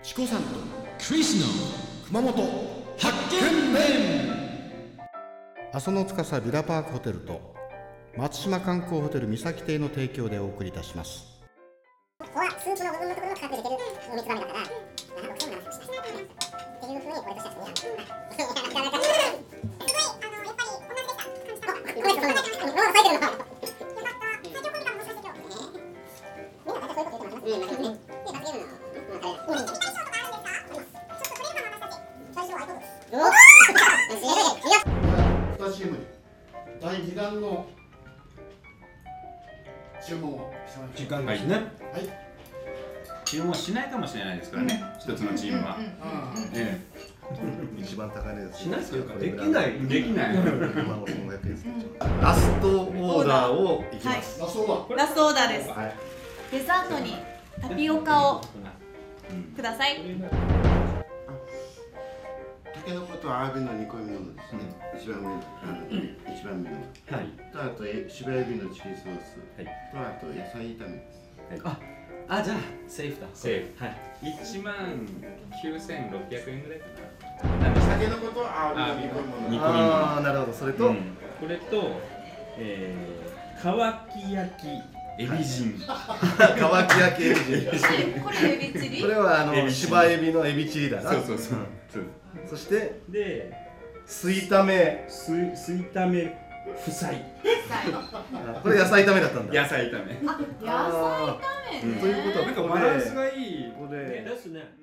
チコさんとクリスの熊本発見面阿蘇の司ビラパークホテルと松島観光ホテル三崎邸の提供でお送りいたしますここはスープの部分のところが隠れてるお水がめだから、7億円もなくしました。っていうふうに俺としてはそうやな。すごい、あの、やっぱり同じでした。あ、ごめん、ごめん、ごめん。もう抑えてるの。よかった。最強コンビ感も最強。ねみんな大体そういうこと言ってますね。うん、罰ゲームの。うん、 2チームに第2弾の注文をしてもらいましょ時間ですね、うはい注文しないかもしれないですからね、一つのチームは、あーえ一番高いやつしないというかできいえできない今頃500円ですねラストオーダーをいきますラストオーダラストオーダーですはいデザートにタピオカをくださいタケノコとアワビの煮込み物ですね。一番目の、あの、一番目の。はいとあとえ芝エビのチリソース。はいとあと野菜炒めです。あ、じゃあ、セーフだ。セーフ。はい。ーフ1万9600円ぐらいかタケノコとアワビの煮煮込み物。込み物ああなるほどそれな、と、うんこれと、えー、乾き焼きエビ陣、乾き焼きエビチリこれこれエビチリこれはエビあチのリ芝エビのエビチリだなそうそうそうそうそしてで水炒めすす炒め夫妻あこれ野菜炒めだったんだ野菜炒めあ野菜あ炒めーということはなんかこバランスれがいいこれですね。